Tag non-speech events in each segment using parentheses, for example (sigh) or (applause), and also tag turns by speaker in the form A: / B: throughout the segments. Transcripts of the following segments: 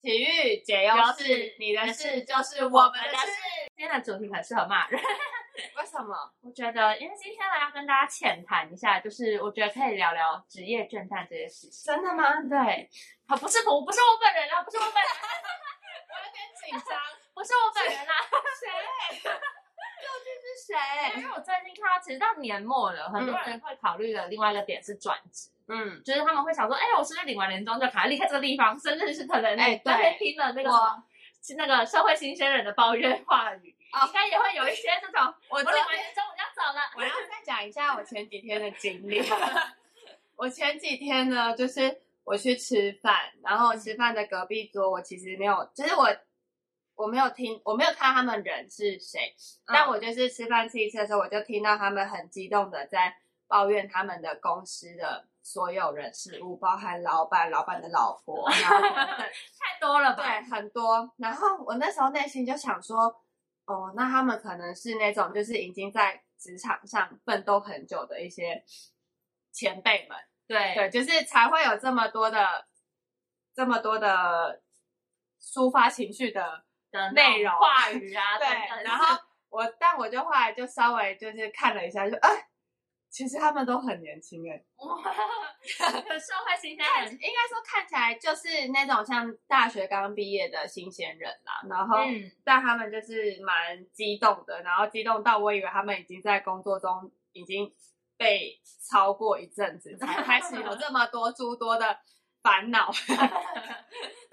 A: 体育解忧是你的事就是我们的事。今天的主题可是很骂人， (laughs)
B: 为什么？
A: 我觉得，因为今天呢要跟大家浅谈一下，就是我觉得可以聊聊职业倦怠这件事情。
B: 真的吗？
A: 对，啊，不是我，不是我本人啊，不是我本 (laughs) 人，
B: 我有点紧
A: (laughs)
B: 张。
A: 不是我本人啊，
B: 谁？
A: 因
B: 究竟是谁？
A: 为我最近看到，其实到年末了，很多人会考虑的另外一个点是转职，
B: 嗯，
A: 就是他们会想说，哎、我是不是领完年终就赶快离开这个地方，甚至是可能
B: 哎对
A: 那些听了那个
B: 我
A: 是那个社会新鲜人的抱怨话语，
B: 哦
A: 应该也会有一些这种，
B: 我
A: 我
B: 昨
A: 领完
B: 天
A: 年终我就要走了，
B: 我要再讲一下我前几天的经
A: (laughs)
B: 历。 (laughs) 我前几天呢，就是我去吃饭，然后吃饭的隔壁桌，我其实没有，就是我我没有听，我没有看他们人是谁，
A: 嗯
B: 但我就是吃饭吃一次的时候，我就听到他们很激动的在抱怨他们的公司的所有人事物，包含老板、老板的老婆，然后 (laughs) 等等
A: 太多了吧？
B: 对，很多。然后我那时候内心就想说，哦，那他们可能是那种就是已经在职场上奋斗很久的一些前辈们，
A: 对
B: 对，就是才会有这么多的这么多的抒发情绪的
A: 的那种
B: 内容
A: 话语啊，等等
B: 对，然后我，但我就后来就稍微就是看了一下，就哎、其实他们都很年轻哎、
A: 哇， (laughs) 社会新鲜
B: 看，应
A: 人，
B: 该说看起来就是那种像大学刚毕业的新鲜人啦，然后。
A: 嗯，
B: 但他们就是蛮激动的，然后激动到我以为他们已经在工作中已经被超过一阵子，才开始有这么多诸多的烦恼。 (laughs)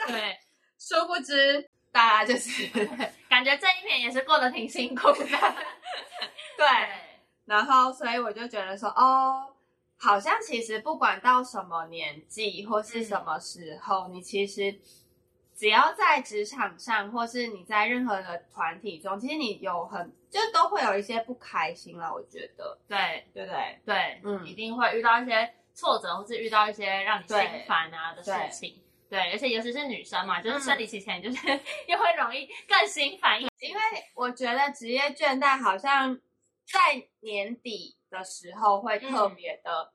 A: 对，
B: 殊不知，大家就是 (laughs)
A: 感觉这一年也是过得挺辛苦的，
B: 对，然后所以我就觉得说，哦，好像其实不管到什么年纪或是什么时候，你其实只要在职场上，或是你在任何的团体中，其实你有很就都会有一些不开心啦，我觉得，
A: 对。
B: 对不对？
A: 对，
B: 嗯
A: 一定会遇到一些挫折，或是遇到一些让你心烦啊的事情。对，而且尤其是女生嘛，
B: 嗯
A: 就是生理期前，就是 (laughs) 又会容易更心烦一
B: 因为我觉得职业倦怠好像在年底的时候会特别的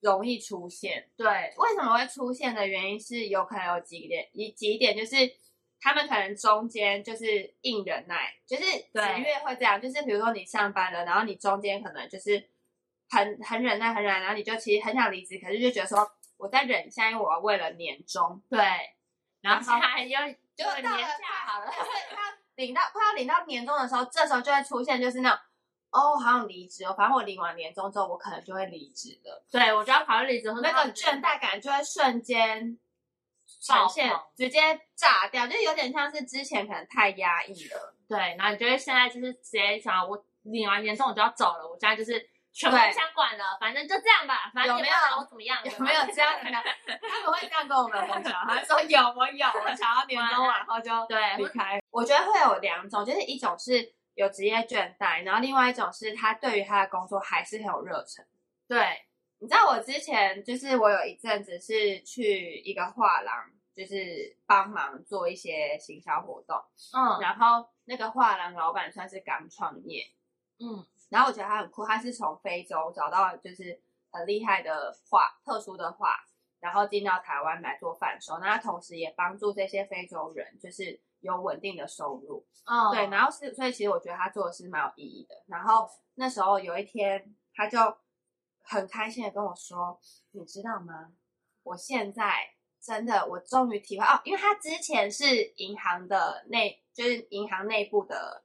B: 容易出现。
A: 对，
B: 为什么会出现的原因是有可能有几点，以几点就是他们可能中间就是硬忍耐，就是
A: 对
B: 职业会这样，就是比如说你上班了，然后你中间可能就是很很忍耐很忍耐，然后你就其实很想离职，可是就觉得说我再忍一下，因为我要为了年终。
A: 对，然后现在又
B: 就
A: 又
B: 到
A: 年
B: 了
A: 假好了，
B: 领到快要领到年终的时候，这时候就会出现就是那种哦，好想离职哦，反正我领完年终之后，我可能就会离职了，
A: 对我就要考虑离职，或者
B: 那个倦怠感就会瞬间呈现
A: 爆棚，
B: 直接炸掉，就有点像是之前可能太压抑
A: (laughs)
B: 了，
A: 对，然后你就会现在就是直接想，我领完年终我就要走了，我现在就是全部
B: 对
A: 不想管了，反正就这样吧，反正
B: 有没
A: 也不知道
B: 有
A: 我怎么样，
B: 有没有这样的？ (laughs) 他们会这样跟我们分享，他说有我有，我想要年终完后就
A: (laughs) 对，
B: 离
A: 或
B: 开。我觉得会有两种，就是一种是有职业倦怠，然后另外一种是他对于他的工作还是很有热忱。
A: 对，
B: 你知道我之前就是我有一阵子是去一个画廊，就是帮忙做一些行销活动，
A: 嗯
B: 然后那个画廊老板算是刚创业，
A: 嗯，
B: 然后我觉得他很酷，他是从非洲找到就是很厉害的画，特殊的画，然后进到台湾来做贩售，那他同时也帮助这些非洲人就是有稳定的收入，
A: 嗯，
B: 对，然后是，所以其实我觉得他做的是蛮有意义的。然后那时候有一天，他就很开心的跟我说：“你知道吗？我现在真的，我终于体会哦，因为他之前是银行的内，就是银行内部的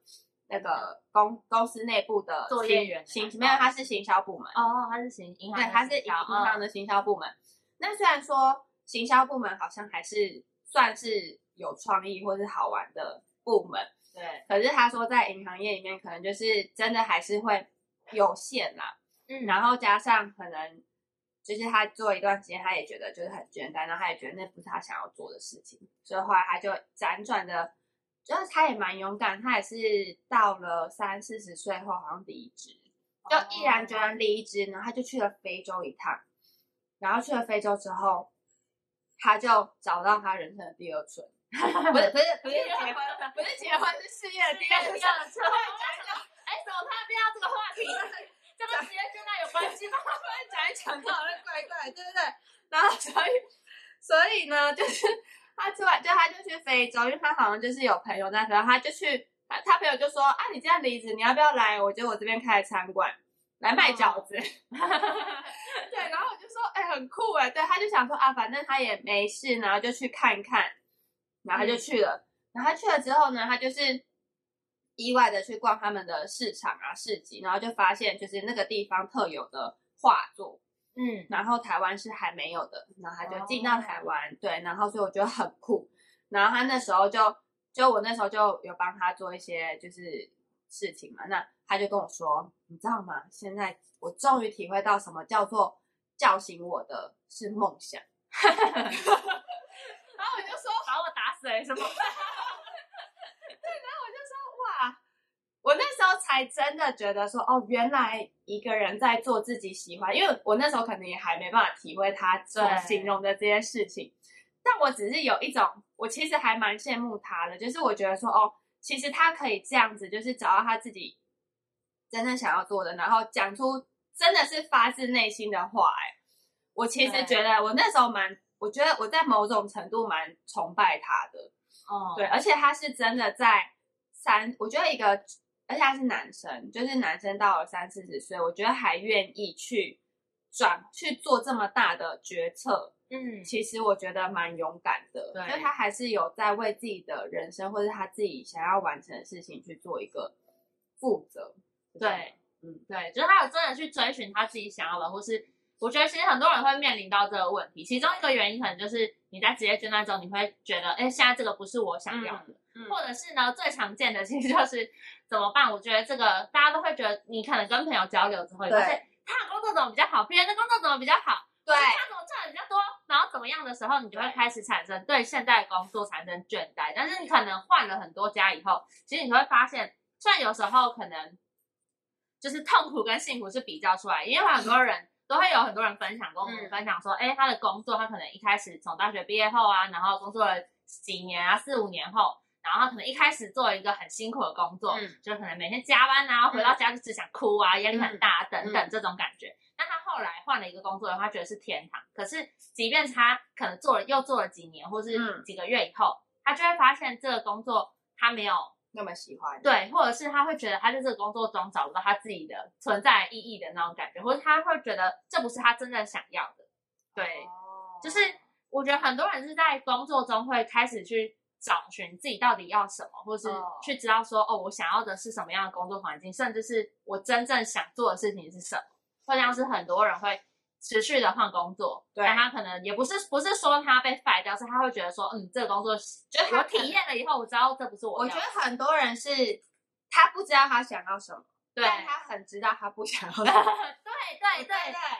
B: 那个公公司内部的
A: 作业
B: 行
A: 员啊
B: 行没有，他是行销部门，
A: 哦，他是行银行
B: 对，他
A: 的行销，
B: 是银银行
A: 嗯
B: 的行销部门。那虽然说行销部门好像还是算是有创意或是好玩的部门。”
A: 对，
B: 可是他说在银行业里面，可能就是真的还是会有限啦。
A: 嗯
B: 然后加上可能就是他做一段时间，他也觉得就是很倦怠，然后他也觉得那不是他想要做的事情，所以后来他就辗转的，就是他也蛮勇敢，他也是到了三四十岁后好像离职，
A: 哦
B: 就毅然决然离职，然后他就去了非洲一趟，然后去了非洲之后，他就找到他人生的第二春。 (laughs) 不是不是不是结婚，不是结婚是事业的第二春。
A: 车。哎，怎么突然变到这个话题？这跟职业倦怠有关系吗？
B: 讲一讲，好像怪怪，对不对？然后所以所以呢，就是他出来就他就去非洲，因为他好像就是有朋友那时候，他就去，他他朋友就说啊，你这样离职，你要不要来？我觉得我这边开的餐馆来卖饺子。对，然后我就说，哎、很酷哎，对，他就想说啊，反正他也没事，然后就去看看，然后他就去了，然后他去了之后呢，他就是意外的去逛他们的市场啊市集，然后就发现就是那个地方特有的画作，
A: (laughs) 嗯，
B: 然后台湾是还没有的，然后他就进到
A: 哦
B: 台湾，对，然后所以我觉得很酷。然后他那时候就，就我那时候就有帮他做一些就是事情嘛，那他就跟我说，你知道吗？现在我终于体会到什么叫做叫醒我的是梦想。然后我就说，
A: 把我打死哎，什
B: (laughs)
A: 么？
B: 哇！我那时候才真的觉得说，哦，原来一个人在做自己喜欢，因为我那时候可能也还没办法体会他所
A: 对
B: 形容的这些事情，但我只是有一种，我其实还蛮羡慕他的，就是我觉得说，哦，其实他可以这样子，就是找到他自己真正想要做的，然后讲出真的是发自内心的话、哎，我其实
A: 对
B: 觉得我那时候蛮，我觉得我在某种程度蛮崇拜他的，
A: 哦，
B: 对，，而且他是真的在三，我觉得一个，而且他是男生，就是男生到了三四十岁，我觉得还愿意去转去做这么大的决策，
A: 嗯，
B: 其实我觉得蛮勇敢的，
A: 对
B: 就他还是有在为自己的人生或者他自己想要完成的事情去做一个负责，
A: 对，
B: 嗯
A: 对，就是他有真的去追寻他自己想要的，或是我觉得其实很多人会面临到这个问题，其中一个原因可能就是你在职业倦怠中，你会觉得，哎，现在这个不是我想要的，
B: 嗯
A: 或者是呢，最常见的其实就是怎么办？我觉得这个大家都会觉得，你可能跟朋友交流之后，你
B: 对
A: 发现他的工作怎么比较好，别人的工作怎么比较好，
B: 对
A: 他怎么赚的比较多，然后怎么样的时候，你就会
B: 对
A: 开始产生对现在的工作产生倦怠。但是你可能换了很多家以后，其实你会发现，虽然有时候可能就是痛苦跟幸福是比较出来，因为很多人。都会有很多人分享，跟我们
B: 嗯
A: 分享说，哎、他的工作，他可能一开始从大学毕业后啊，然后工作了几年啊，四五年后，然后可能一开始做一个很辛苦的工作，
B: 嗯
A: 就可能每天加班啊，回到家就只想哭啊，压力很大、等
B: 嗯
A: 等这种感觉。但他后来换了一个工作的话，他觉得是天堂。可是即便他可能做了又做了几年或是
B: 嗯
A: 几个月以后，他就会发现这个工作他没有
B: 那么喜欢，
A: 对，或者是他会觉得他在这个工作中找不到他自己的存在意义的那种感觉，或者他会觉得这不是他真正想要的。对，
B: 哦
A: 就是我觉得很多人是在工作中会开始去找寻自己到底要什么，或是
B: 哦
A: 去知道说哦，我想要的是什么样的工作环境，甚至是我真正想做的事情是什么。会像是很多人会持续的换工作，
B: 对
A: 但他可能也不是不是说他被 fire 掉，是他会觉得说，嗯，这个工作
B: 就是他
A: 我
B: 可能
A: 体验了以后，我知道这不是我
B: 我
A: 要
B: 觉
A: 的。
B: 得很多人是他不知道他想要什么，
A: 对
B: 但他很知道他不想要什
A: (laughs) 对
B: 么。
A: (laughs) 对对，
B: 对，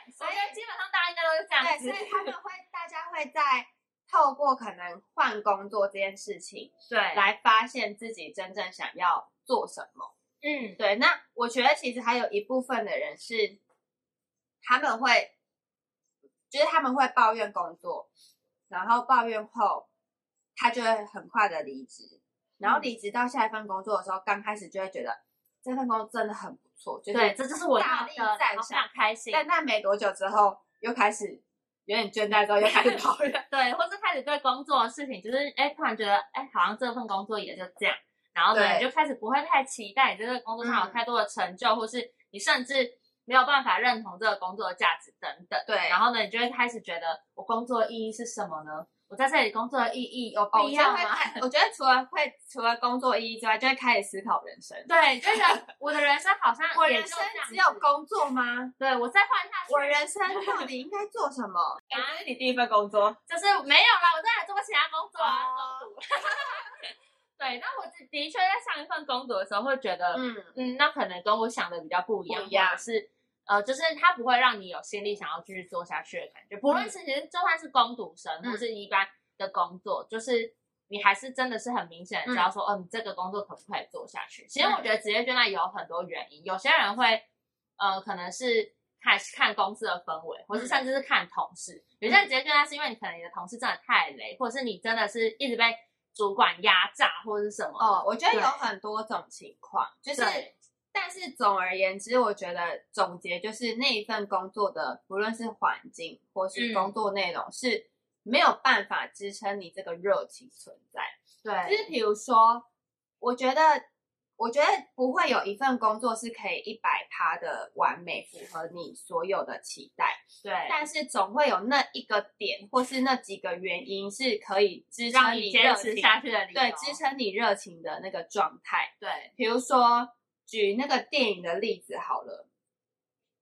A: 我
B: 所
A: 觉
B: 以
A: 得基本上大家应该都是这样
B: 对，
A: 子
B: 所，以他们会，大家会在透过可能换工作这件事情，
A: 对，
B: 来发现自己真正想要做什么。
A: 嗯，
B: 对，那我觉得其实还有一部分的人是，他们会，就是他们会抱怨工作，然后抱怨后，他就会很快的离职，然后离职到下一份工作的时候，刚开始就会觉得这份工作真的很不错，就是
A: 对，这就是我要
B: 大
A: 的，
B: 力赞
A: 然后非常开心，
B: 但那没多久之后，又开始有点倦怠，之后又开始 (laughs) 抱怨。
A: 对，或是开始对工作的事情，就是哎，突然觉得哎，好像这份工作也就这样，然后呢，
B: 对
A: 你就开始不会太期待你在这个工作上有
B: 嗯
A: 太多的成就，或是你甚至没有办法认同这个工作的价值等等。
B: 对
A: 然后呢，你就会开始觉得我工作的意义是什么呢？我在这里工作的意义有
B: 哦，我
A: 必
B: 觉得
A: 要
B: 会
A: 吗？
B: 太， (laughs) 我觉得除了会除了工作意义之外，就会开始思考人生。
A: 对，就是 (laughs) 我的人生好像
B: 我
A: 也
B: 人
A: 就
B: 生
A: 这样
B: 只有
A: 子
B: 工作吗？
A: 对我再换下去，
B: 我人生到底应该做什 (laughs) 么？哎这是你第一份工作，
A: 就是没有啦，我再来做其他工作啊，
B: 哦
A: 攻读。对，那我的的确在上一份攻读的时候会觉得，
B: 嗯，
A: 嗯，那可能跟我想的比较不一样，
B: 不一样
A: 或者是呃，就是它不会让你有心力想要继续做下去的感觉。不论是其实就算是工读生、
B: 嗯
A: 或是一般的工作，就是你还是真的是很明显的知道说，哦，你这个工作可不可以做下去？其实我觉得职业倦怠有很多原因，有些人会呃，可能是。看看公司的氛围，或是
B: 嗯
A: 甚至是看同事。有些人职业倦怠是因为你可能你的同事真的太累，或者是你真的是一直被主管压榨，或者是什么。
B: 哦，我觉得有
A: 对
B: 很多种情况，就是
A: 对，
B: 但是总而言之，我觉得总结就是那一份工作的，不论是环境或是
A: 嗯
B: 工作内容，是没有办法支撑你这个热情存在。就
A: 对，
B: 是比如说，我觉得，我觉得不会有一份工作是可以一百趴的完美符合你所有的期待，
A: 对，
B: 但是总会有那一个点，或是那几个原因是可以支
A: 让
B: 撑
A: 你
B: 热
A: 坚持
B: 情，
A: 下去的理由，哦
B: 对，支撑你热情的那个状态。
A: 对，
B: 比如说，举那个电影的例子好了，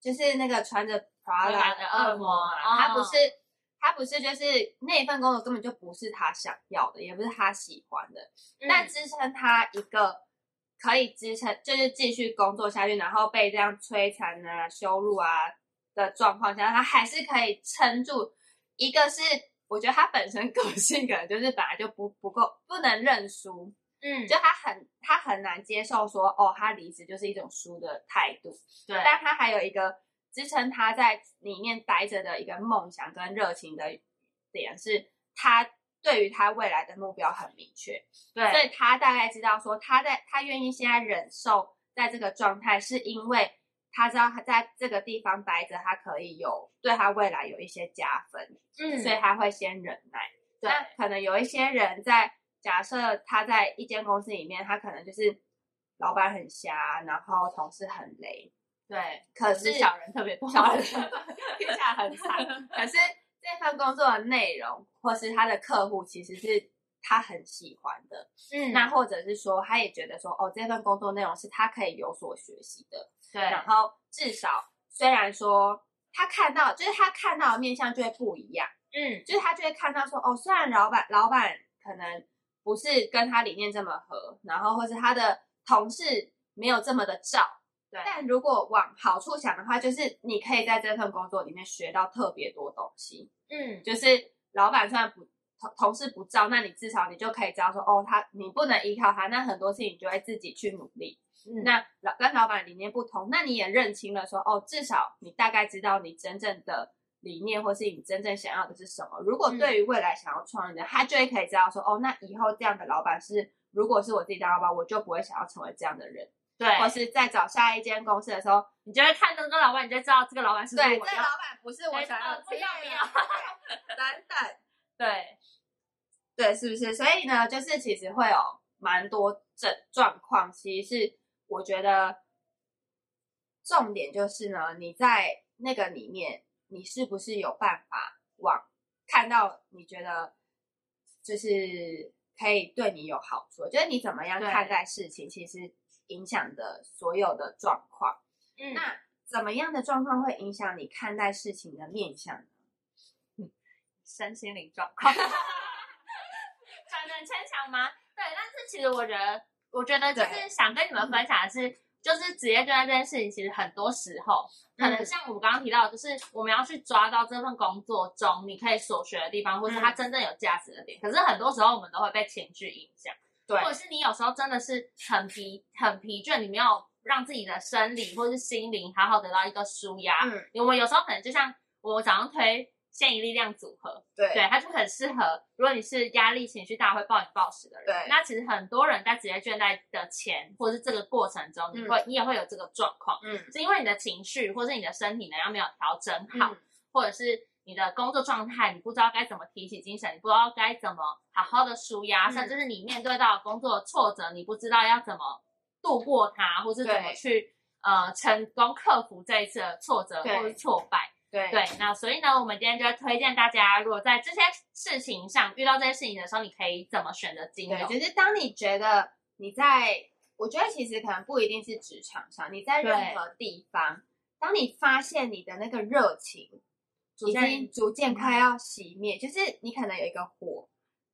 B: 就是那个穿着 Prada
A: 的恶
B: 恶
A: 魔
B: 魔嘛，
A: 哦
B: 他不是。他不是，就是那一份工作根本就不是他想要的，也不是他喜欢的，
A: 嗯
B: 但支撑他一个可以支撑，就是继续工作下去，然后被这样摧残啊、羞辱啊的状况下，他还是可以撑住。一个是我觉得他本身 (laughs) 个性可能就是本来就不不够不能认输，
A: 嗯，
B: 就他很他很难接受说哦，他离职就是一种输的态度。
A: 对，
B: 但他还有一个支撑他在里面待着的一个梦想跟热情的点是，他对于他未来的目标很明确。所
A: 对，
B: 以他大概知道说，他在他愿意现在忍受在这个状态，是因为他知道他在这个地方待着，他可以有对他未来有一些加分，
A: 嗯
B: 所以他会先忍耐。
A: 对
B: 那可能有一些人在假设他在一间公司里面，他可能就是老板很瞎，然后同事很雷，
A: 对，
B: 可
A: 是
B: 是
A: 小人特别多，
B: 小人
A: (laughs)
B: 听起来很惨，可是这份工作的内容或是他的客户其实是他很喜欢的。
A: 嗯，
B: 那或者是说，他也觉得说，哦，这份工作内容是他可以有所学习的。
A: 对
B: 然后至少，虽然说他看到，就是他看到的面相就会不一样，
A: 嗯，
B: 就是他就会看到说，哦，虽然老板老板可能不是跟他理念这么合，然后或是他的同事没有这么的照，
A: 对
B: 但如果往好处想的话，就是你可以在这份工作里面学到特别多东西。
A: 嗯，
B: 就是老板虽然不同同事不照，那你至少你就可以知道说，哦，他你不能依靠他，那很多事情你就会自己去努力。
A: 嗯
B: 那老跟老板理念不同，那你也认清了说，哦，至少你大概知道你真正的理念或是你真正想要的是什么。如果
A: 嗯
B: 对于未来想要创业的，他就会可以知道说，哦，那以后这样的老板是。如果是我自己当老板，我就不会想要成为这样的人，
A: 对，
B: 或是在找下一间公司的时候，
A: 你就会看那个老板，你就知道这个老板是不是
B: 对，这
A: 我
B: 个老
A: 要，
B: 板不是我
A: 哎
B: 想要的啊
A: 不要不要
B: 等等，
A: 对，
B: 对，是不是？所以呢，就是其实会有蛮多症状况，其实是我觉得重点就是呢，你在那个里面，你是不是有办法往看到你觉得就是可以对你有好处？就是你怎么样
A: 对
B: 看待事情，其实影响的所有的状况。
A: 嗯
B: 那怎么样的状况会影响你看待事情的面向？
A: 身心灵状 (laughs) 况，很能牵强吗？ (laughs) 对，但是其实我觉得，我觉得就是
B: 对
A: 想跟你们分享的是，就是职业倦怠这件事情，其实很多时候，可能
B: 嗯
A: 像我们刚刚提到的，就是我们要去抓到这份工作中你可以所学的地方，或是它真正有价值的点。可是很多时候，我们都会被情绪影响。
B: 对
A: 或者是你有时候真的是很疲很疲倦，你没有让自己的生理或是心灵好好得到一个舒压。
B: 嗯，
A: 我们有时候可能就像我早上推现一力量组合，
B: 对
A: 对，它就很适合如果你是压力情绪大会暴饮暴食的人。
B: 对
A: 那其实很多人在职业倦怠的前或是这个过程中，你会、你也会有这个状况，
B: 嗯，
A: 是因为你的情绪或是你的身体能量没有调整好，
B: 好，
A: 或者是你的工作状态，你不知道该怎么提起精神，你不知道该怎么好好的舒压，
B: 嗯
A: 甚至是你面对到的工作的挫折，你不知道要怎么度过它，或是怎么
B: 对
A: 去呃成功克服这一次的挫折
B: 对
A: 或是挫败。
B: 对
A: 对，那所以呢，我们今天就会推荐大家，如果在这些事情上遇到这些事情的时候，你可以怎么选择经由？
B: 对，就是当你觉得你在，我觉得其实可能不一定是职场上，你在任
A: 对
B: 何地方，当你发现你的那个热情已
A: 渐嗯
B: 经逐渐快要熄灭，就是你可能有一个火，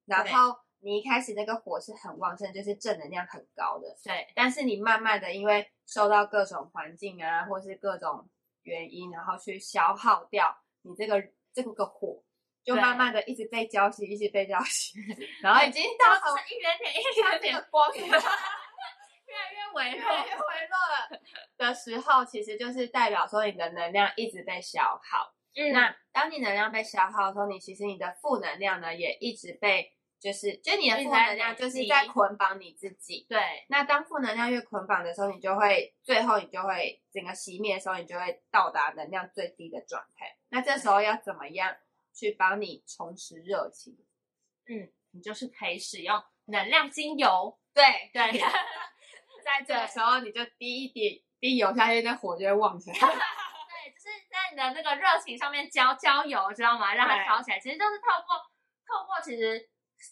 B: 然
A: 对
B: 后你一开始那个火是很旺盛，就是正能量很高的，
A: 对
B: 但是你慢慢的因为受到各种环境啊，或是各种原因，然后去消耗掉你这个这个火，就
A: 对
B: 慢慢的一直被浇熄，一直被浇
A: (laughs)
B: 熄，然后已经到
A: 然后
B: 很
A: 就是一点点，一点
B: 那 (laughs)
A: 点
B: 个光没
A: 越来越微
B: 有
A: 弱。
B: 回落了的时候，其实就是代表说你的能量一直被消耗。
A: (laughs) 嗯
B: 那当你能量被消耗的时候，你其实你的负能量呢也一直被。就是，就你的
A: 一直
B: 负
A: 在
B: 能量
A: 累
B: 就是
A: 积
B: 在捆绑你自己，
A: 对
B: 那当负能量越捆绑的时候，你就会最后你就会整个熄灭的时候，你就会到达能量最低的状态。那这时候要怎么样去帮你重拾热情。
A: 嗯，你就是可以使用能量精油，
B: 对， (laughs)
A: 对， (laughs)
B: 在这个时候你就滴一滴滴油下去，那火就会旺起来。
A: 对，就是在你的那个热情上面浇浇油，知道吗？让它
B: 对
A: 烧起来，其实就是透过透过其实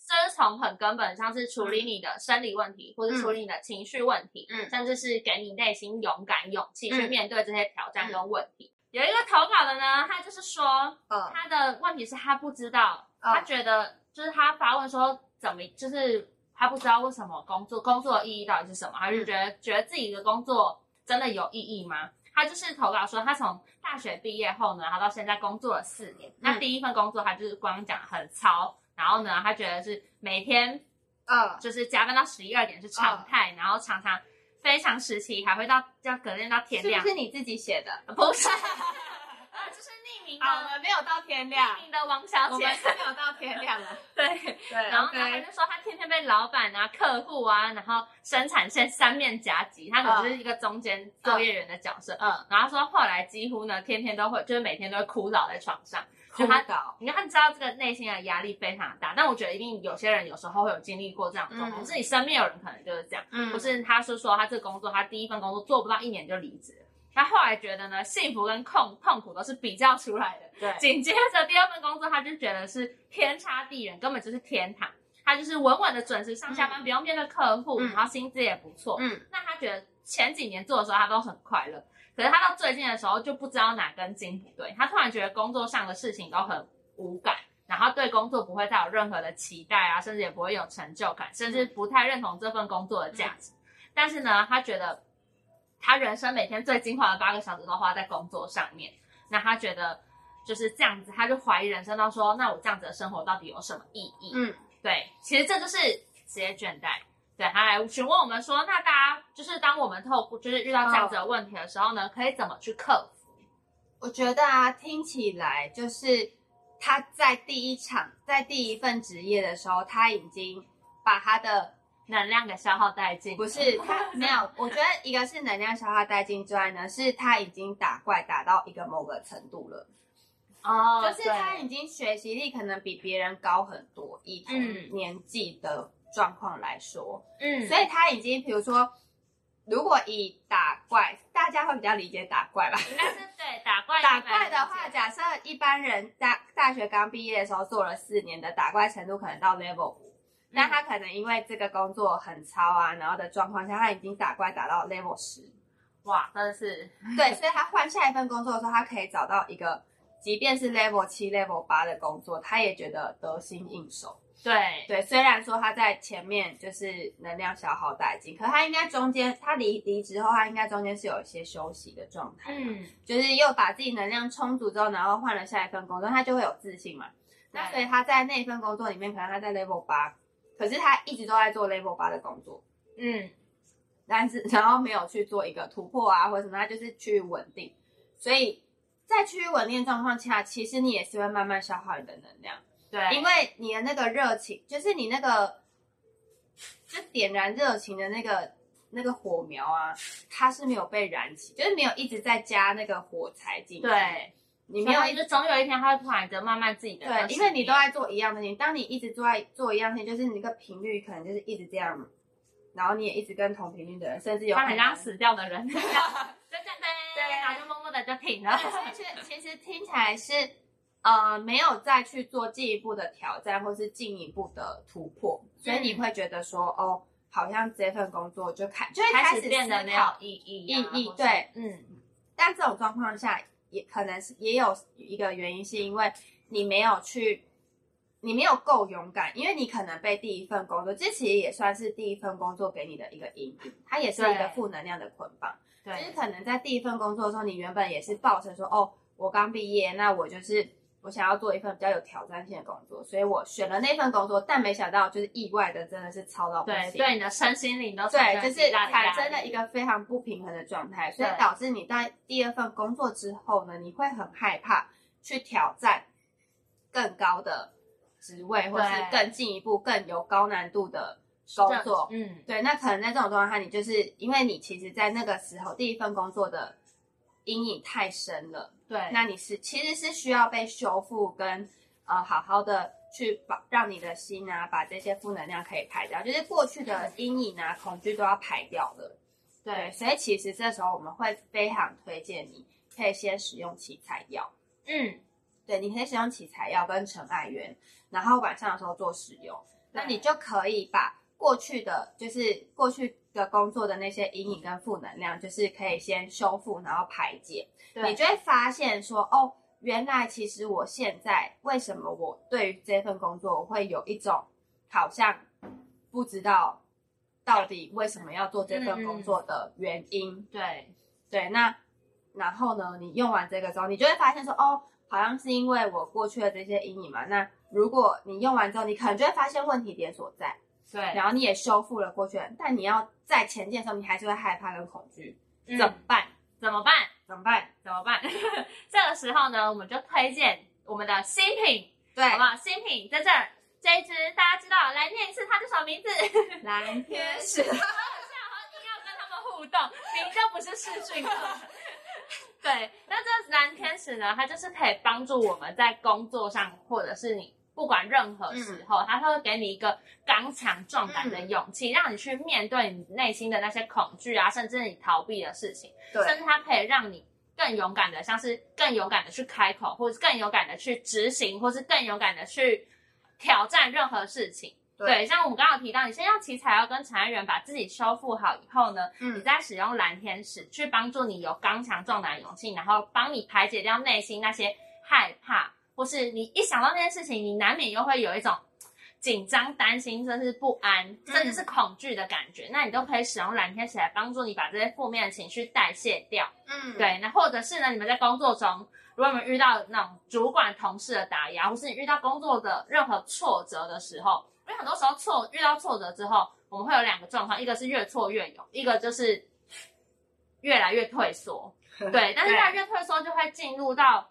A: 就是从很根本，像是处理你的生理问题，或者处理你的情绪问题，
B: 嗯
A: 甚至是给你内心勇敢、勇气去
B: 嗯
A: 面对这些挑战跟问题。有一个投稿的呢，他就是说
B: 嗯
A: 他的问题是他不知道，
B: 嗯
A: 他觉得就是他发问说怎么就是。他不知道为什么工作工作的意义到底是什么，他就觉得、觉得自己的工作真的有意义吗？他就是投稿说，他从大学毕业后呢，他到现在工作了四
B: 嗯
A: 年。那第一份工作，他就是光讲很糙，然后呢，他觉得是每天
B: 嗯，
A: 就是加班到十一二点是常态，
B: 哦
A: 然后常常非常时期还会到要隔天到天
B: 是
A: 亮，
B: 不是你自己写的？
A: 不是，啊，就是匿名
B: 好，我
A: 的
B: 们没有到天亮
A: 匿，名的王小
B: 我
A: 姐
B: 们，是没有到天亮了。
A: 对，
B: (laughs) 对，
A: 然后呢，他
B: OK
A: 就说他天天被老板啊、客户啊，然后生产线三面夹击，他可能就是一个中间作业员的角色。
B: 嗯，
A: 然后说后来几乎呢，天天都会，就是每天都会哭倒在床上。
B: 就
A: 他
B: 他倒，
A: 你看，他知道这个内心的压力非常大，但我觉得一定有些人有时候会有经历过这样的状况，
B: 嗯
A: 自己身边有人可能就是这样，
B: 嗯
A: 不是他是说他这个工作，他第一份工作做不到一年就离职了，他后来觉得呢，幸福跟痛痛苦都是比较出来的，
B: 对
A: 紧接着第二份工作，他就觉得是天差地远，根本就是天堂。他就是稳稳的准时上下班，不用面对客户，
B: 嗯
A: 然后薪资也不错。
B: 嗯，
A: 那他觉得前几年做的时候他都很快乐，可是他到最近的时候就不知道哪根筋不对，他突然觉得工作上的事情都很无感，然后对工作不会再有任何的期待啊，甚至也不会有成就感，甚至不太认同这份工作的价值。但是呢，他觉得他人生每天最精华的八个小时都花在工作上面，那他觉得就是这样子，他就怀疑人生，到说那我这样子的生活到底有什么意义？
B: 嗯，
A: 对，其实这就是职业倦怠。对，他来询问我们说，那大家就是当我们透过就是遇到这样
B: 嗯
A: 子的问题的时候呢，可以怎么去克服？
B: 我觉得啊，听起来就是他在第一场，在第一份职业的时候，他已经把他的
A: 能量给消耗殆尽？
B: 不 (laughs) 是他没有，我觉得一个是能量消耗殆尽之外呢，是他已经打怪打到一个某个程度了，
A: 哦，
B: 就是他已
A: 对
B: 经学习力可能比别人高很多，以同
A: 嗯
B: 年纪的状况来说，
A: 嗯，
B: 所以他已经，比如说，如果以打怪，大家会比较理解打怪吧。
A: 应该是对 (laughs) 打怪
B: 打怪的话，
A: 一般理解
B: 假设一般人大大学刚毕业的时候做了四年的打怪程度，可能到 level 五，
A: 嗯
B: 但他可能因为这个工作很超啊，然后的状况下，他已经打怪打到 level 十，
A: 哇，真的是
B: 对，所以他换下一份工作的时候，他可以找到一个，即便是 level 七、level 八的工作，他也觉得得心应手。
A: 对
B: 对，虽然说他在前面就是能量消耗殆尽，可他应该中间他离离职后，他应该中间是有一些休息的状态，嗯，
A: 嗯
B: 就是又把自己能量充足之后，然后换了下一份工作，他就会有自信嘛。那
A: 对
B: 所以他在那份工作里面，可能他在 level 八，可是他一直都在做 level 八的工作，
A: 嗯
B: 但是然后没有去做一个突破啊或者什么，他就是趋于稳定。所以在趋于稳定的状况下，其实你也是会慢慢消耗你的能量。
A: 对，
B: 因为你的那个热情，就是你那个就点燃热情的那个那个火苗啊，它是没有被燃起，就是没有一直在加那个火柴进去。，
A: 对，
B: 你没有
A: 所以
B: 一
A: 他就
B: 直
A: 总有一天他会突然的慢慢自己的
B: 对，因为你都在做一样的事情。当你一直做在做一样的事情，就是你那个频率可能就是一直这样，然后你也一直跟同频率的人，甚至有
A: 他很
B: 可
A: 像
B: 能
A: 死掉
B: (laughs)
A: 的人，就这样就这样
B: 对
A: 然后就默默的就停了。
B: 其实其实听起来是呃没有再去做进一步的挑战或是进一步的突破，所以
A: 嗯
B: 你会觉得说、哦，好像这份工作就开就会
A: 开
B: 始
A: 始变得
B: 思
A: 没有
B: 考，
A: 意义啊、
B: 意义
A: 或是
B: 对，
A: 嗯，
B: 但这种状况下也可能是也有一个原因是因为你没有去。你没有够勇敢，因为你可能被第一份工作，这其实也算是第一份工作给你的一个阴影，它也是一个
A: 对
B: 负能量的捆绑。就是
A: 对，
B: 可能在第一份工作的时候，你原本也是抱着说，哦，我刚毕业，那我就是我想要做一份比较有挑战性的工作，所以我选了那份工作，但没想到就是意外的真的是超到不
A: 对，
B: 行。
A: 对你的身心灵都
B: 对，
A: 产生
B: 就
A: 了
B: 是
A: 极大的压
B: 产
A: 力
B: 生了一个非常不平衡的状态，所以
A: 对
B: 导致你在第二份工作之后呢，你会很害怕去挑战更高的职位，或是
A: 对
B: 更进一步、更有高难度的工作。
A: 嗯，
B: 对，那可能在这种状况下，你就是因为你其实，在那个时候第一份工作的阴影太深了，
A: 对，
B: 那你是其实是需要被修复跟呃好好的去把让你的心啊，把这些负能量可以排掉，就是过去的阴影啊、恐惧都要排掉的。对，所以其实这时候我们会非常推荐你可以先使用奇才药，
A: 嗯，
B: 对，你可以使用奇才药跟陈艾元，然后晚上的时候做使用，那你就可以把过去的就是过去的工作的那些阴影跟负能量，就是可以先修复，然后排解，
A: 对
B: 你就会发现说哦。原来其实我现在为什么我对于这份工作我会有一种好像不知道到底为什么要做这份工作的原因，
A: 对
B: 对，那然后呢，你用完这个之后，你就会发现说，哦，好像是因为我过去的这些阴影嘛。那如果你用完之后，你可能就会发现问题点所在，
A: 对，
B: 然后你也修复了过去的，但你要在前进的时候，你还是会害怕跟恐惧，
A: 嗯
B: 怎么办？
A: 怎么办？
B: 怎么办？
A: 怎么办？ (laughs) 这个时候呢，我们就推荐我们的新品，
B: 对
A: 好不，好？新品在这儿，这一支大家知道，来念一次它叫什么名字？
B: 蓝 (laughs) 天使，
A: 硬要跟他们互动，明明就不是视讯课。 (laughs) 对，那这蓝天使呢，它就是可以帮助我们在工作上，或者是你不管任何时候，它都会给你一个刚强壮胆的勇气，让你去面对你内心的那些恐惧啊，甚至你逃避的事情，甚
B: 对，
A: 至它可以让你。更勇敢的，像是更勇敢的去开口，或是更勇敢的去执行，或是更勇敢的去挑战任何事情。
B: 对
A: 对，像我们刚刚有提到，你先让奇才要跟产业园把自己修复好以后呢，你
B: 嗯，
A: 在使用蓝天使去帮助你有刚强壮胆的勇气，然后帮你排解掉内心那些害怕，或是你一想到那件事情，你难免又会有一种紧张、担心，甚至不安，甚至是恐惧的感觉。那你都可以使用蓝天使来帮助你把这些负面的情绪代谢掉。
B: 嗯，
A: 对，那或者是呢，你们在工作中，如果你们遇到那种主管、同事的打压，或是你遇到工作的任何挫折的时候，因为很多时候挫遇到挫折之后，我们会有两个状况，一个是越挫越勇，一个就是越来越退缩。对，但是
B: 对
A: 越来越退缩就会进入到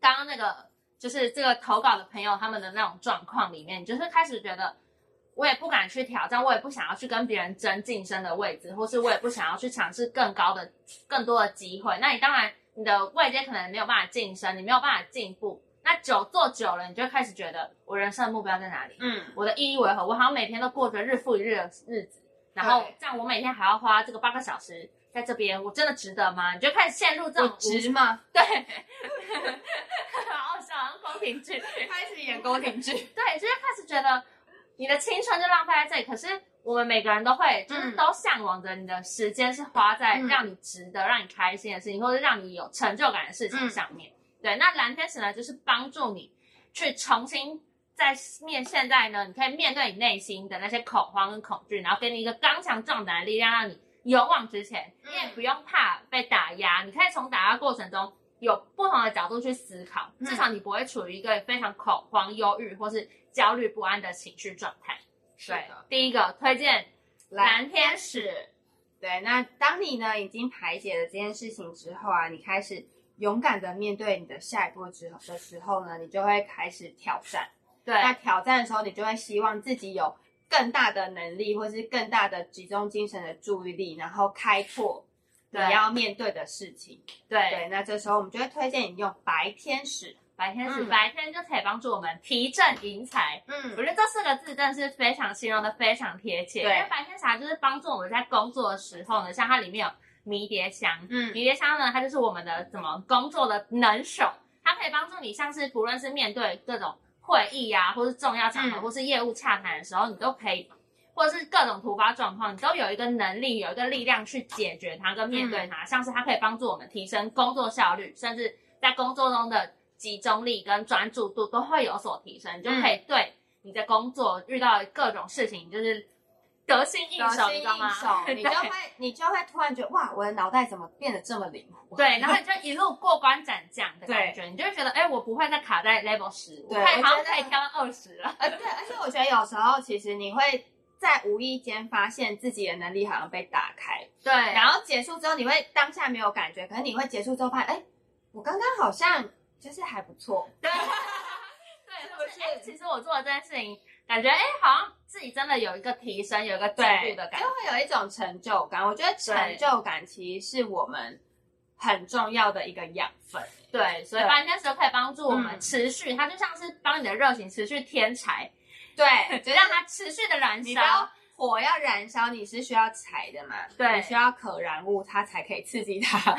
A: 刚刚那个就是这个投稿的朋友他们的那种状况里面，你就是开始觉得。我也不敢去挑战，我也不想要去跟别人争晋升的位置，或是我也不想要去尝试更高的、更多的机会。那你当然，你的位阶可能没有办法晋升，你没有办法进步。那久做久了，你就会开始觉得我人生的目标在哪里？
B: 嗯，
A: 我的意义为何？我好像每天都过着日复一日的日子，然后
B: 对
A: 这样我每天还要花这个八个小时在这边，我真的值得吗？你就开始陷入这
B: 我
A: 种无
B: 值吗？
A: 对，好好笑，好像宫廷剧。
B: 开始演宫廷
A: (laughs)
B: 剧，
A: 对，就是开始觉得你的青春就浪费在这里。可是我们每个人都会，就是都向往着你的时间是花在
B: 嗯
A: 让你值得、让你开心的事情，或者让你有成就感的事情
B: 嗯
A: 上面。对，那蓝天使呢，就是帮助你去重新在面现在呢，你可以面对你内心的那些恐慌跟恐惧，然后给你一个刚强壮胆的力量，让你勇往直前。
B: 嗯
A: 你也不用怕被打压，你可以从打压过程中有不同的角度去思考，
B: 嗯
A: 至少你不会处于一个非常恐慌、忧郁或是焦虑不安的情绪状态。对，第一个推荐
B: 来。
A: 蓝天使，
B: 对，那当你呢已经排解了这件事情之后啊，你开始勇敢的面对你的下一步之后的时候呢，你就会开始挑战。
A: 对
B: 那挑战的时候，你就会希望自己有更大的能力，或是更大的集中精神的注意力，然后开拓你
A: 对
B: 要面对的事情。
A: 对，
B: 对，那这时候我们就会推荐你用白天使。
A: 白天使，
B: 嗯
A: 白天就可以帮助我们提振迎财。我
B: 嗯，
A: 觉得这四个字真的是非常形容的非常贴切，因
B: 对
A: 为白天茶就是帮助我们在工作的时候呢，像它里面有迷迭香，
B: 嗯
A: 迷迭香呢，它就是我们的怎么工作的能手，它可以帮助你，像是不论是面对各种会议啊，或是重要场合，
B: 嗯
A: 或是业务洽谈的时候，你都可以，或者是各种突发状况，你都有一个能力，有一个力量去解决它跟面对它。
B: 嗯
A: 像是它可以帮助我们提升工作效率，甚至在工作中的集中力跟专注度都会有所提升，你就可
B: 嗯
A: 以对你的工作遇到各种事情，就是得心应手，你知道吗？
B: 手，你就
A: 对
B: 会你就会突然觉得哇，我的脑袋怎么变得这么灵活？ (laughs)
A: 对，然后你就一路过关斩将的感觉，你就会觉得，哎、我不会再卡在 level 十，我
B: 对
A: 可以
B: 我
A: 好像
B: 觉得
A: 可以跳到二十了。
B: 呃，对，而且我觉得有时候其实你会在无意间发现自己的能力好像被打开，
A: 对，然
B: 然
A: 后
B: 后结束之后你会当下没有感觉，可是你会结束之后发现，哎，我刚刚好像就是还不错。
A: 对，对，就是哎、其实我做的这件事情，感觉哎、好像自己真的有一个提升，有一个进步的感
B: 就
A: 觉。
B: 会有一种成就感。我觉得成就感其实是我们很重要的一个养分。
A: 对，所以
B: 对
A: 白天的时候可以帮助我们
B: 嗯
A: 持续，它就像是帮你的热情持续添柴，
B: (laughs) 对，
A: 就让它持续的燃
B: 你知
A: 烧
B: 道。火要燃烧，你是需要柴的嘛？
A: 对
B: 你需要可燃物，它才可以刺激
A: (laughs)
B: 它，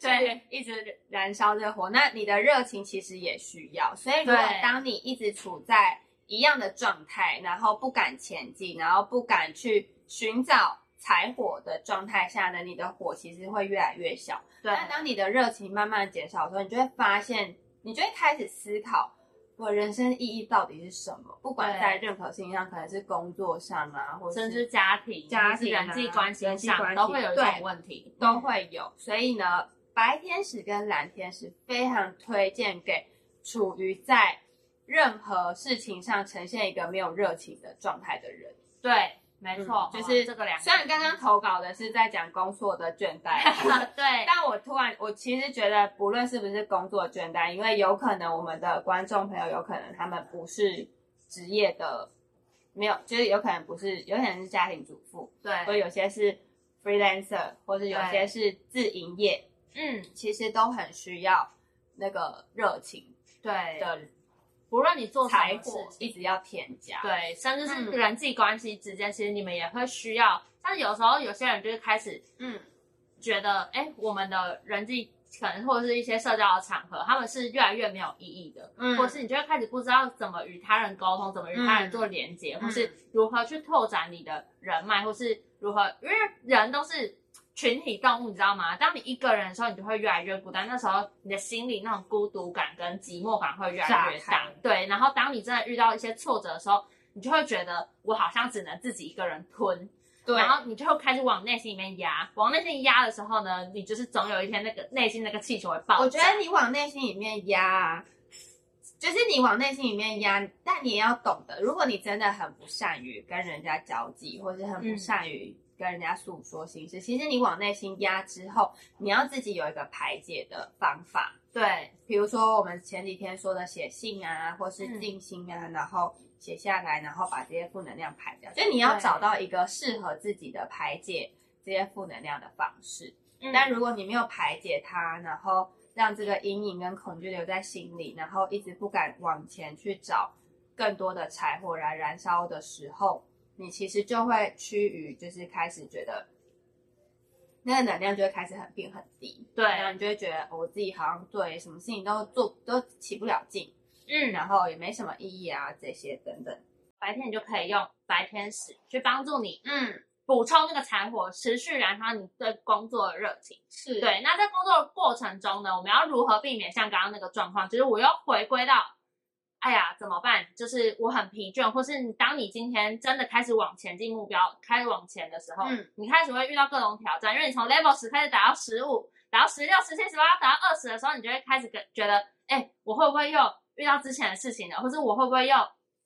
A: 对，
B: 一直燃烧这个火。那你的热情其实也需要，所以如果
A: 对
B: 当你一直处在一样的状态，然后不敢前进，然后不敢去寻找柴火的状态下呢，你的火其实会越来越小。
A: 对
B: 但当你的热情慢慢减少的时候，你就会发现，你就会开始思考，我人生意义到底是什么？不管
A: 对
B: 在任何事情上，可能是工作上啊，或
A: 甚
B: 是
A: 至家庭、
B: 家
A: 或是
B: 庭啊
A: 人际关系
B: 人际关
A: 上
B: 系
A: 都会有这种
B: 对
A: 问题。
B: 都会有。所以呢，白天使跟蓝天使非常推荐给处于在任何事情上呈现一个没有热情的状态的人。
A: 对，没错，
B: 嗯就
A: 哇
B: 是
A: 这个两个。
B: 虽然刚刚投稿的是在讲工作的倦 (laughs) 怠。
A: 对
B: 但我突然，我其实觉得，不论是不是工作倦怠，因为有可能我们的观众朋友有可能他们不是职业的，没有，就是有可能不是，有可能是家庭主妇，或
A: (laughs) 对，
B: 者有些是 freelancer，或者有些是自营业，
A: 嗯，
B: 其实都很需要那个热情
A: 对，
B: 的
A: 不论你做什
B: 柴
A: 么事
B: 火
A: 情，啊
B: 一直要添加。
A: 对，甚至是
B: 嗯
A: 人际关系之间，其实你们也会需要。但是有时候有些人就是开始
B: 嗯，
A: 觉得，哎，我们的人际可能或者是一些社交的场合，他们是越来越没有意义的，
B: 嗯
A: 或是你就会开始不知道怎么与他人沟通，怎么与他人做连接，
B: 嗯
A: 或是如何去拓展你的人脉，或是如何，因为人都是。群体动物，你知道吗？当你一个人的时候，你就会越来越孤单。那时候，你的心里那种孤独感跟寂寞感会越来越
B: 炸
A: 大
B: 开。
A: 对，然后当你真的遇到一些挫折的时候，你就会觉得我好像只能自己一个人吞。
B: 对
A: 然后你就会开始往内心里面压，往内心压的时候呢，你就是总有一天那个内心那个气球会爆炸。
B: 我觉得你往内心里面压啊，就是你往内心里面压，但你也要懂得，如果你真的很不善于跟人家交际，或是很不善于跟人家诉说心事，其实你往内心压之后，你要自己有一个排解的方法。
A: 对
B: 比如说我们前几天说的写信啊，或是静心啊，然后写下来，然后把这些负能量排掉。就你要
A: 对
B: 找到一个适合自己的排解这些负能量的方式。
A: 嗯
B: 但如果你没有排解它，然后让这个阴影跟恐惧留在心里，然后一直不敢往前去找更多的柴火来燃烧的时候，你其实就会趋于就是开始觉得那个能量就会开始很变很低，然后
A: 对，
B: 你就会觉得、哦我自己好像对什么事情都做都起不了劲，
A: 嗯，
B: 然后也没什么意义啊这些等等。
A: 白天你就可以用白天使去帮助你
B: 嗯，
A: 补充那个柴火，持续燃烧你对工作的热情。
B: 是
A: 对，那在工作的过程中呢，我们要如何避免像刚刚那个状况？就是我又回归到，哎呀，怎么办？就是我很疲倦，或是你当你今天真的开始往前进目标，开始往前的时候，
B: 嗯
A: 你开始会遇到各种挑战，因为你从 level 十开始打到十五，打到十六、十七、十八，打到二十的时候，你就会开始跟觉得，哎，我会不会又遇到之前的事情了？或是我会不会又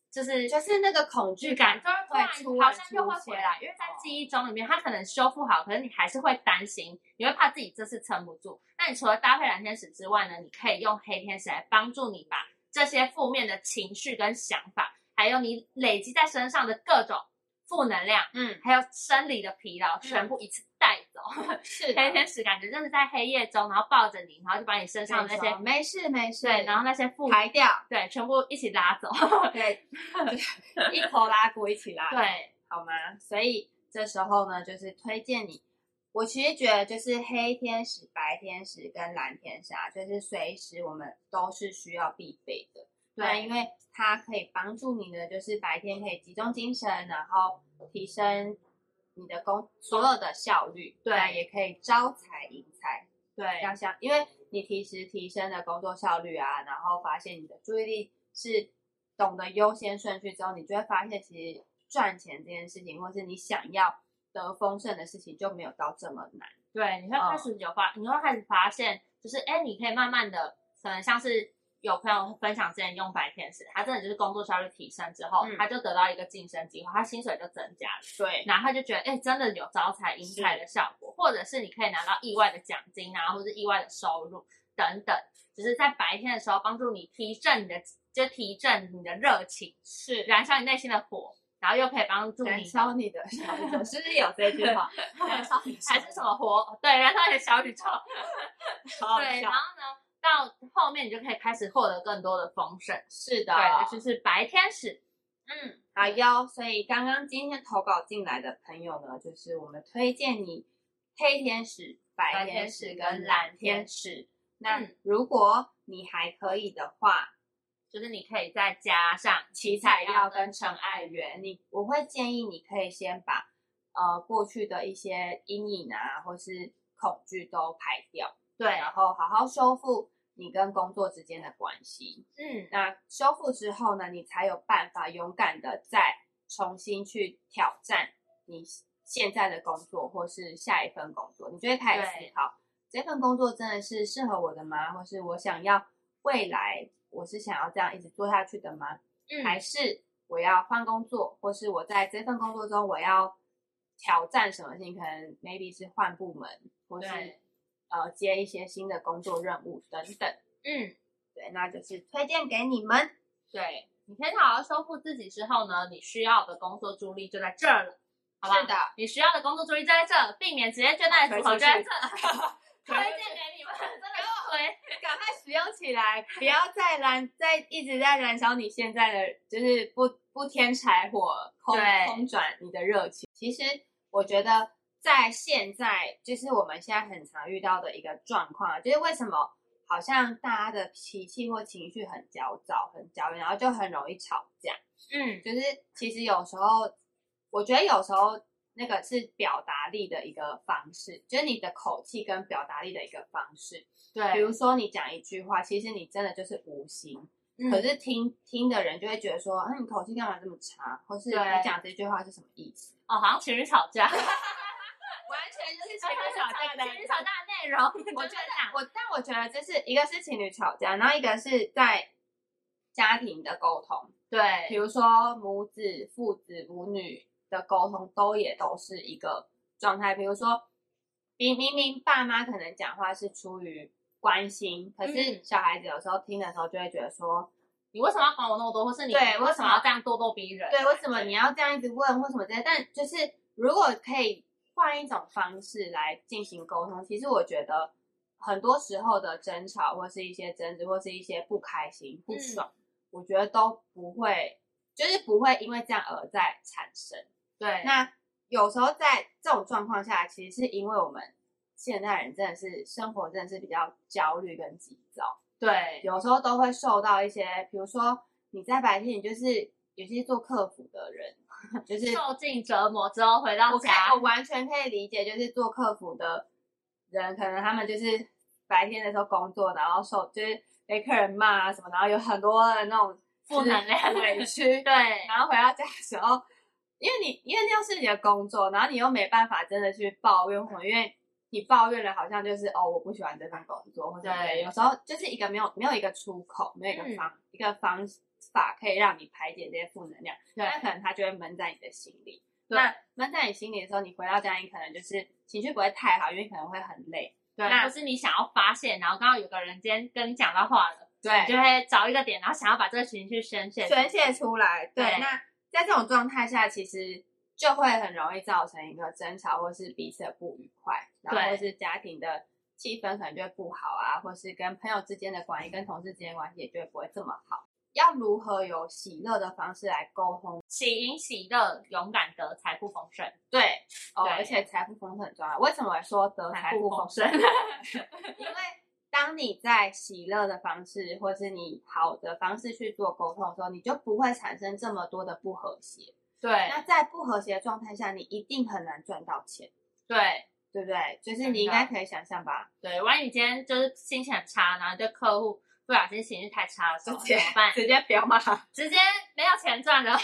A: 就是
B: 就是那个恐惧
A: 惧
B: 感
A: 感，就是突然
B: 突
A: 好
B: 然
A: 像
B: 出
A: 又会
B: 现哦
A: 回来，因为在记忆中里面，它可能修复好，可是你还是会担心，你会怕自己这次撑不住。那你除了搭配蓝天使之外呢，你可以用黑天使来帮助你把这些负面的情绪跟想法，还有你累积在身上的各种负能量，
B: 嗯，
A: 还有生理的疲劳，全部一次带走。
B: 是
A: 黑嗯天使感觉就是在黑夜中，然后抱着你，然后就把你身上
B: 上
A: 的那些
B: 没事没事，
A: 对，然后那些负
B: 排掉。
A: 对全部一起拉走。 (laughs)
B: 对，一头拉过一起拉，，
A: 对，
B: 好吗？所以这时候呢，就是推荐你。我其实觉得，就是黑天使、白天使跟蓝天使啊，就是随时我们都是需要必备的。那因为它可以帮助你呢，就是白天可以集中精神，然后提升你的工所有的效率，
A: 对
B: 那也可以招财引财，
A: 对，
B: 要想，因为你平时提升了工作效率啊，然后发现你的注意力是懂得优先顺序之后，你就会发现其实赚钱这件事情，或是你想要得丰盛的事情就没有到这么难。
A: 对，你会开
B: 嗯
A: 始有发，你会开始发现，就是哎，诶你可以慢慢的，可能像是有朋友分享之前用白天使，他真的就是工作效率提升之后，
B: 嗯
A: 他就得到一个晋升机会，他薪水就增加了，
B: 对，
A: 然后他就觉得哎，真的有招财引财的效果，或者是你可以拿到意外的奖金啊，或是意外的收入等等，就是在白天的时候帮助你提振你的，就提振你的热情，
B: 是
A: 燃烧你内心的火，然然后又可以帮助
B: 燃
A: 你，
B: 烧你的 (laughs) 小宇宙，是不是有这句 (laughs) 话？燃烧你的 (laughs) 小宇
A: (laughs) 还
B: 宙
A: 是什么活对，燃烧你的小宇宙，
B: 好好
A: 对，
B: 笑
A: 然后呢，到后面你就可以开始获得更多的丰盛，
B: 是的，
A: 对，啊就是白天使，嗯，
B: 好哟，啊所以刚刚今天投稿进来的朋友呢，就是我们推荐你黑天使、白天使跟蓝天使。那
A: 嗯
B: 如果你还可以的话，
A: 就是你可以再加上
B: 七彩药跟陈爱媛，你我会建议你可以先把呃过去的一些阴影啊，或是恐惧都排掉，
A: 对，啊
B: 然后好好修复你跟工作之间的关系。
A: 嗯，
B: 那修复之后呢，你才有办法勇敢的再重新去挑战你现在的工作或是下一份工作。你就会开始思
A: 对
B: 考，这份工作真的是适合我的吗？或是我想要未来我是想要这样一直做下去的吗？还
A: 嗯，
B: 是我要换工作，或是我在这份工作中我要挑战什么事情？可能 maybe 是换部门，或是
A: 对
B: 呃接一些新的工作任务等等。
A: 嗯，
B: 对，那就是推荐给你们。
A: 对，你可以好好修复自己之后呢，你需要的工作助力就在这儿了，好不好？
B: 是的，
A: 你需要的工作助力就在这儿，避免职业倦怠的
B: 推
A: 出
B: 出
A: 口就在
B: 去
A: 这儿，
B: (laughs)
A: 推荐给你们，真的是推，
B: 赶快使用起来，不要再燃，再一直在燃烧你现在的，就是不不添柴火，空
A: 对
B: 空转你的热情。其实我觉得在现在，就是我们现在很常遇到的一个状况，啊就是为什么好像大家的脾气或情绪很焦躁、很焦虑，然后就很容易吵架。
A: 嗯，
B: 就是其实有时候，我觉得有时候那个是表达力的一个方式，就是你的口气跟表达力的一个方式。比
A: 对，
B: 如说你讲一句话，其实你真的就是无心，
A: 嗯
B: 可是听听的人就会觉得说，啊，你口气干嘛这么差，或是你
A: 对
B: 讲这句话是什么意思？
A: 哦，好像 (laughs) 情侣吵架，
B: 完全就是
A: (laughs) 情侣吵架的 (laughs) 内容，
B: (laughs) 我
A: 就
B: 觉
A: 是
B: 得
A: 这样，
B: 我但我觉得这是一个是情侣吵架，然后一个是在家庭的沟通，比
A: 对，
B: 如说母子、父子、母女的沟通，都也都是一个状态。比如说，明明明爸妈可能讲话是出于关心，可是
A: 嗯
B: 小孩子有时候听的时候就会觉得说。
A: 你为什么要管我那么多，或是你
B: 对
A: 为
B: 为
A: 什
B: 什
A: 么
B: 么
A: 要这样咄咄逼人？
B: 对，为什么你要这样一直问，或什么之类？但就是如果可以换一种方式来进行沟通，其实我觉得很多时候的争吵，或是一些争执，或是一些不开心、不爽，我觉得都不会，就是不会因为这样而再产生。
A: 对，
B: 那有时候在这种状况下，其实是因为我们现代人真的是生活真的是比较焦虑跟急躁。
A: 对，
B: 有时候都会受到一些，比如说你在白天，你就是有些做客服的人，就是
A: 受尽折磨之后回到
B: 我可以
A: 家
B: 我，完全可以理解，就是做客服的人，可能他们就是白天的时候工作，然后受就是被客人骂啊什么，然后有很多的那种
A: 负能量
B: 就是委屈，
A: (laughs) 对，
B: 然后回到家的时候，因为你因为那是你的工作，然后你又没办法真的去抱怨或因为你抱怨了，好像就是哦，我不喜欢这份工作，或者
A: 对嗯
B: 有时候就是一个没有没有一个出口，没有一个方、一个方法可以让你排解这些负能量，
A: 对
B: 那可能它就会闷在你的心里。
A: 对
B: 那闷在你心里的时候，你回到家，你可能就是情绪不会太好，因为你可能会很累。
A: 对，
B: 那
A: 或是你想要发泄，然后刚好有个人今天跟你讲到话了，
B: 对
A: 你就会找一个点，然后想要把这个情绪宣泄出来，
B: 宣泄出来。对，
A: 对
B: 那在这种状态下，其实就会很容易造成一个争吵，或是彼此的不愉快，然后
A: 对
B: 或是家庭的气氛可能就会不好啊，或是跟朋友之间的关系、跟同事之间的关系也就会不会这么好。要如何有喜乐的方式来沟通？
A: 喜迎喜乐，勇敢得财富丰盛，
B: 对，哦，
A: 对
B: 而且财富丰盛很重要。为什么说得财富丰
A: 财富
B: (laughs) 盛？因为当你在喜乐的方式，或是你好的方式去做沟通的时候，你就不会产生这么多的不和谐。
A: 对
B: 那在不和谐的状态下，你一定很难赚到钱，
A: 对
B: 对不对？就是
A: 真的
B: 你应该可以想象吧，
A: 对，万一你今天就是心情很差，然后对客户不小心情绪太差的时候
B: 直接
A: 怎么办？
B: 直接表嘛。
A: 直接没有钱
B: (laughs)
A: 赚 (laughs) 了，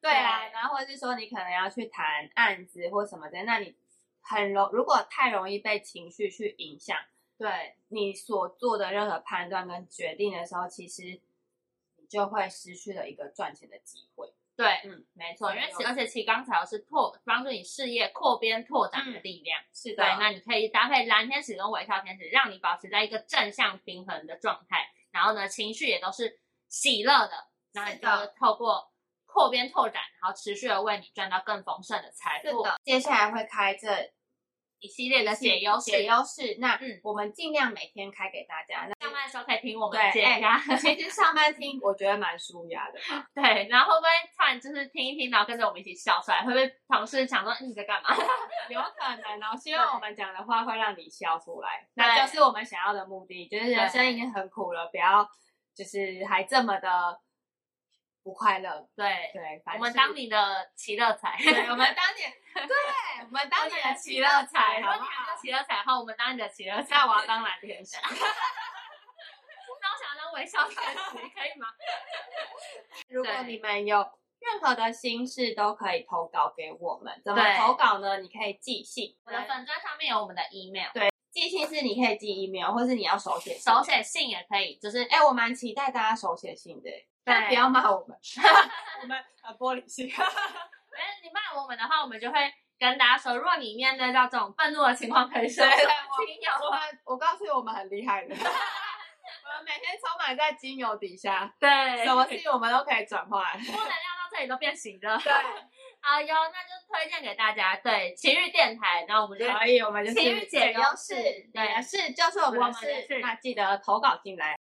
B: 对啊，
A: 对
B: 然后或者是说你可能要去谈案子或什么的，那你很容如果太容易被情绪去影响，
A: 对
B: 你所做的任何判断跟决定的时候，其实你就会失去了一个赚钱的机会。
A: 对，
B: 嗯，
A: 没错，因为
B: 没有
A: 而且其实刚才是拓帮助你事业扩编拓展
B: 嗯
A: 的力量。
B: 是
A: 对，那你可以搭配蓝天使跟微笑天使，让你保持在一个正向平衡的状态。然后呢，情绪也都是喜乐的，然后你
B: 是的
A: 就透过扩编拓展，然后持续的为你赚到更丰盛的财
B: 是
A: 富。
B: 的，接下来会开这
A: 一系列的解忧
B: 解
A: 解忧，
B: 忧室，那
A: 嗯
B: 我们尽量每天开给大家。
A: 上
B: 那
A: 班的时候可以听我们
B: 对
A: 解
B: 哎
A: 压。 (laughs)
B: 其实上班听我觉得蛮舒压的，
A: 对，然后会不会突然就是听一听，然后跟着我们一起笑出来？会不会同事想说嗯你在干嘛？
B: 有可能哦。希望
A: 对
B: 我们讲的话会让你笑出来，那就是我们想要的目的。就是人生已经很苦了，不要就是还这么的不快乐。
A: 对，
B: (laughs) 对，
A: 我
B: 反
A: 们
B: 正
A: 当你的奇乐彩，
B: 对，我
A: (laughs)
B: 们当年，对，我们当年的奇乐彩，
A: 如果
B: 好
A: 你
B: 不
A: 还没有
B: 好？
A: 奇乐彩的话，我们当你的奇乐彩。
B: 那我要当蓝天
A: (laughs)
B: 使。
A: 那我想要当微笑天使，可以吗？
B: 如果你们有任何的心事，都可以投稿给我们。怎么
A: 对
B: 投稿呢？你可以寄信，
A: (laughs) 我的粉砖上面有我们的 email，
B: 寄信是你可以寄 email，或是你要手写信
A: 手。写信也可以，就是
B: 哎、我蛮期待大家手写信的，但不要骂我们， (laughs) 我们很玻璃心。
A: 反正你骂我们的话，我们就会跟大家说，如果你面对到这种愤怒的情况，可以说
B: 对对
A: 亲
B: 我
A: 友。
B: 们，我告诉你，我们很厉害的。 (laughs) 我们每天充满在精油底下，
A: 对
B: 什么事情我们都可以转化。
A: 负能量到这里都变形了。
B: 对，
A: (laughs) 好哟，那就推荐给大家，对奇遇电台，那我们
B: (laughs)
A: 就
B: 所以我们就是
A: 情侣解忧室
B: 对，是就是我
A: 我
B: 们
A: 们
B: 的
A: 的
B: 事
A: 事。
B: 那记得投稿进来。